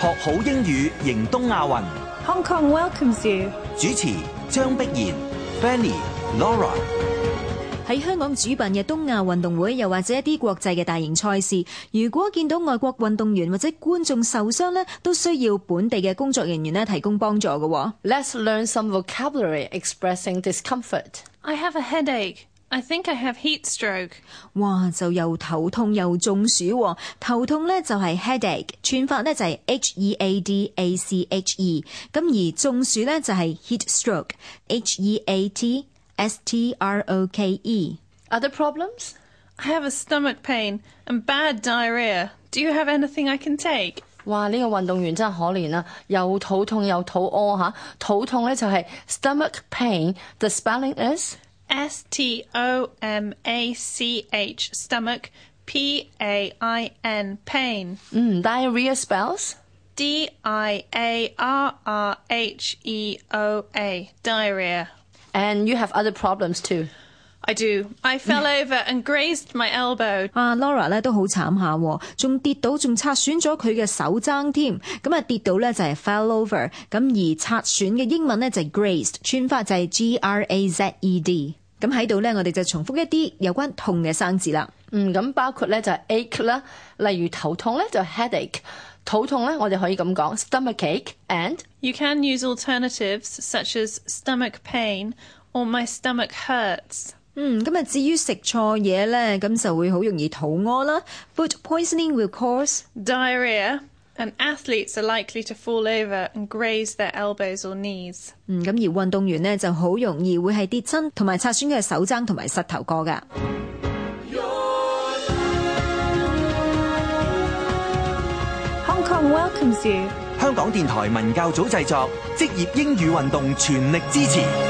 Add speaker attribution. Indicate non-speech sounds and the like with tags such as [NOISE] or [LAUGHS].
Speaker 1: 學好英語，迎冬亞運。
Speaker 2: Hong Kong welcomes you.
Speaker 1: 主持張碧然、Fanny、Laura。
Speaker 3: 喺香港主辦嘅東亞運動會，又或者一啲國際嘅大型賽事，如果見到外國運動員或者觀眾受傷呢，都需要本地嘅工作人員呢提供幫助嘅喎。
Speaker 4: Let's learn some vocabulary expressing discomfort.
Speaker 2: I have a headache. I think I have heat stroke.
Speaker 3: 哇，就又頭痛又中暑喎，頭痛呢就係 headache，串法呢就係 h e a d a c h e，咁而中暑呢就係 heat stroke，h e a t s t r o k e。
Speaker 4: Other problems?
Speaker 2: I have a stomach pain and bad diarrhea. Do you have anything I can take?
Speaker 4: 哇！呢、個運動員真係可憐啊，又肚痛又肚屙嚇。肚痛咧就係 stomach pain。The spelling is
Speaker 2: S T O M A C H stomach P A I N pain.
Speaker 4: 嗯 diarrhea spells。
Speaker 2: D I A R R H E O A diarrhea.
Speaker 4: And you have other problems too。
Speaker 2: I do. I [LAUGHS] fell over and grazed my elbow.
Speaker 3: 啊 Laura 咧都好慘下喎，仲跌倒，仲擦損咗佢嘅手踭添。咁啊跌倒咧就係 fell over，咁而擦損嘅英文呢就係 grazed，串法就係 g r a z e d。咁喺度呢，我哋就重複一啲有關痛嘅生字啦。
Speaker 4: 嗯，咁包括咧就係 ache 啦，例如頭痛咧就 headache。肚痛咧，我哋可以咁講 stomach ache and
Speaker 2: You can use alternatives such as stomach pain or my stomach hurts.
Speaker 3: 嗯，咁啊至於食錯嘢呢，咁就會好容易肚屙啦。Food poisoning will cause
Speaker 2: Diarrhea. And athletes are likely to fall over and graze their elbows or knees.
Speaker 3: 嗯，咁而運動員呢，就好容易會係跌親同埋擦損嘅手踭同埋膝頭哥噶。
Speaker 2: Hong Kong welcomes you.
Speaker 1: 香港電台文教組製作，職業英語運動全力支持。